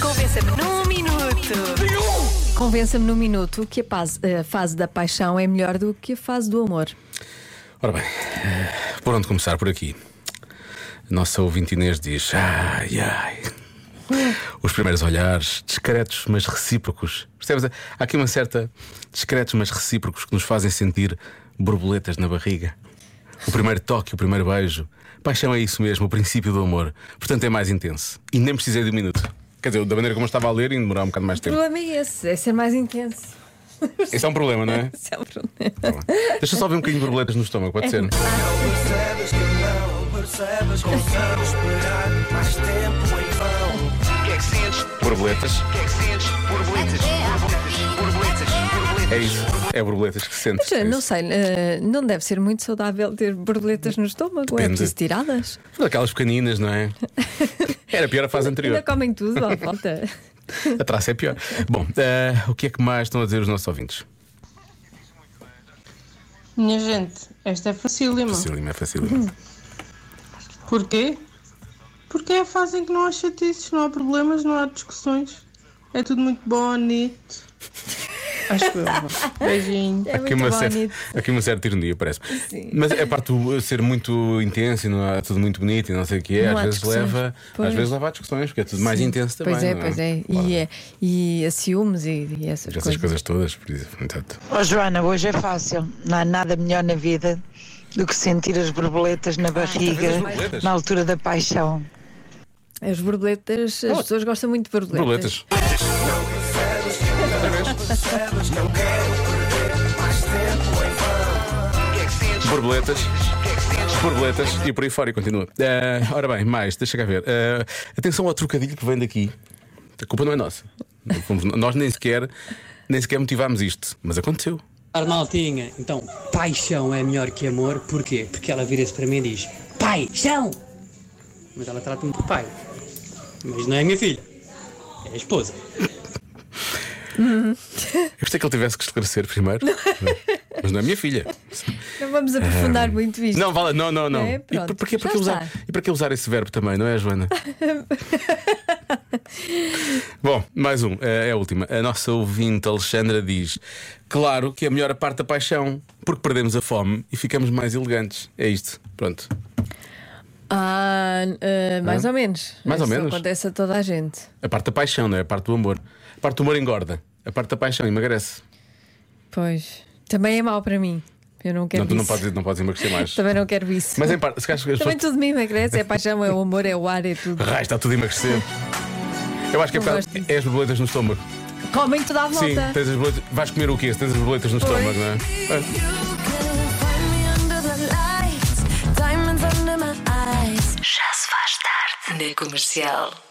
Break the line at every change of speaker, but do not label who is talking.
Convença-me num minuto.
Convença-me num minuto que a paz- a fase da paixão é melhor do que a fase do amor.
Ora bem, eh, por onde começar? Por aqui. A Nossa ouvinte Inês diz: Ai, ai. Os primeiros olhares, discretos, mas recíprocos. Percebes? Há aqui uma certa. discretos, mas recíprocos, que nos fazem sentir borboletas na barriga. O primeiro toque, o primeiro beijo. Paixão é isso mesmo, o princípio do amor. Portanto, é mais intenso. E nem precisei de um minuto. Quer dizer, da maneira como eu estava a ler, ia demorar um bocado mais
O
tempo.
problema é esse, é ser mais intenso.
Esse é um problema, não é?
Esse é o problema.
Tá bem. Deixa só ver um bocadinho de borboletas no estômago,
É.
pode ser?
Percebes que não percebes confusão Esperar mais tempo em vão O que é que sentes? O
Borboletas.
que é que sentes? Borboletas, borboletas, borboletas, borboletas
É isso, é borboletas que sentes.
Mas, eh,
É
não
isso.
sei, eh, não deve ser muito saudável ter borboletas no estômago, é
Depende.
preciso tirá-las.
Daquelas pequeninas, não é? Era pior a fase anterior.
Ainda comem tudo à volta.
A traça é pior. Bom, eh, o que é que mais estão a dizer os nossos ouvintes?
Minha gente, esta é facílima.
Facílimo, é facílimo.
Porquê? Porque é a fase em que não há chatices, não há problemas, não há discussões. É tudo muito bonito. Acho que eu. vá. Beijinho.
É
aqui,
muito
uma
bonito.
certa, aqui uma certa ironia, parece.
Sim.
Mas é parte do ser muito intenso e não há tudo muito bonito e não sei o que é,
Não
às
há
vezes
discussões.
leva, às
Pois.
vezes leva a discussões, porque é tudo mais
Sim.
intenso também.
Pois é,
não
pois é.
Claro.
E, é, e a ciúmes e, e essas,
Essas coisas todas, por isso, portanto.
Ó Joana, hoje é fácil. Não há nada melhor na vida do que sentir as borboletas na barriga
as borboletas.
na altura da paixão.
As borboletas, as pessoas gostam muito de borboletas.
Borboletas. Borboletas. Borboletas e por aí fora e continua. Eh, ora bem, mais, deixa cá ver. Eh, atenção ao trocadilho que vem daqui. A culpa não é nossa. Não fomos- Nós nem sequer, nem sequer motivámos isto, mas aconteceu.
Ar maltinha, então, paixão é melhor que amor, porquê? Porque ela vira-se para mim e diz: Paixão! Mas ela trata-me por pai. Mas não é minha filha, é a esposa.
Eu gostei que ele tivesse que esclarecer primeiro. mas não é minha filha.
Não vamos aprofundar muito isto.
Ah. Não, vale, não, não, não.
É,
E
pronto,
por- porquê-
já
porquê
está.
usar, e para que usar esse verbo também, não é, Joana? Bom, mais um, eh, é a última. A nossa ouvinte Alexandra diz: Claro que é melhor a parte da paixão, porque perdemos a fome e ficamos mais elegantes. É isto, pronto.
Ah, ah, mais
Hã?
ou menos.
Mais ou
Isso
menos.
acontece a toda a gente.
A parte da paixão, não é? A parte do amor. A parte do amor engorda, a parte da paixão emagrece.
Pois. Também é mau para mim. Eu não quero
não, tu não
isso.
podes, não podes emagrecer mais.
Também não quero isso.
Mas em parte, se calhar as pessoas.
Também tudo me emagrece, é paixão, é o amor, é o ar, é tudo.
Raios, está tudo a emagrecer. Eu acho que é,
Não
por causa-
gosto disso.
é as borboletas no estômago.
Comem toda a
Sim,
volta.
tens as boletas. Vais comer o quê? Se Tens as boletas no estômago, não é?
Já se faz tarde na comercial.